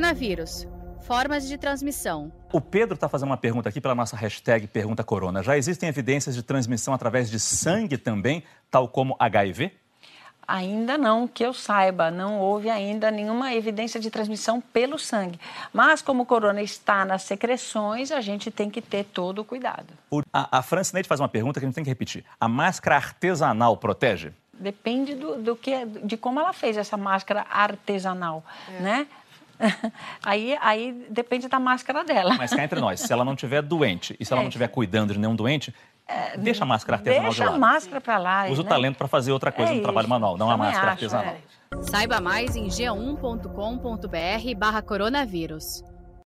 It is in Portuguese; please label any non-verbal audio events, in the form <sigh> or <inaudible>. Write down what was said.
Coronavírus. Formas de transmissão. O Pedro está fazendo uma pergunta aqui pela nossa hashtag Pergunta Corona. Já existem evidências de transmissão através de sangue também, tal como HIV? Ainda não, que eu saiba, não houve ainda nenhuma evidência de transmissão pelo sangue. Mas como o corona está nas secreções, a gente tem que ter todo o cuidado. O- A, a Francineide faz uma pergunta que a gente tem que repetir. A máscara artesanal protege? Depende do, do que, de como ela fez essa máscara artesanal, né? <laughs> Aí, aí depende da máscara dela. Mas cá entre nós, se ela não estiver doente e se ela não estiver cuidando de nenhum doente, deixa a máscara artesanal É. Deixa de a lado. máscara para lá. Usa o né? talento para fazer outra coisa É no trabalho isso. manual, não a Também máscara acho, artesanal. é. um Saiba mais em g1.com.br barra coronavírus.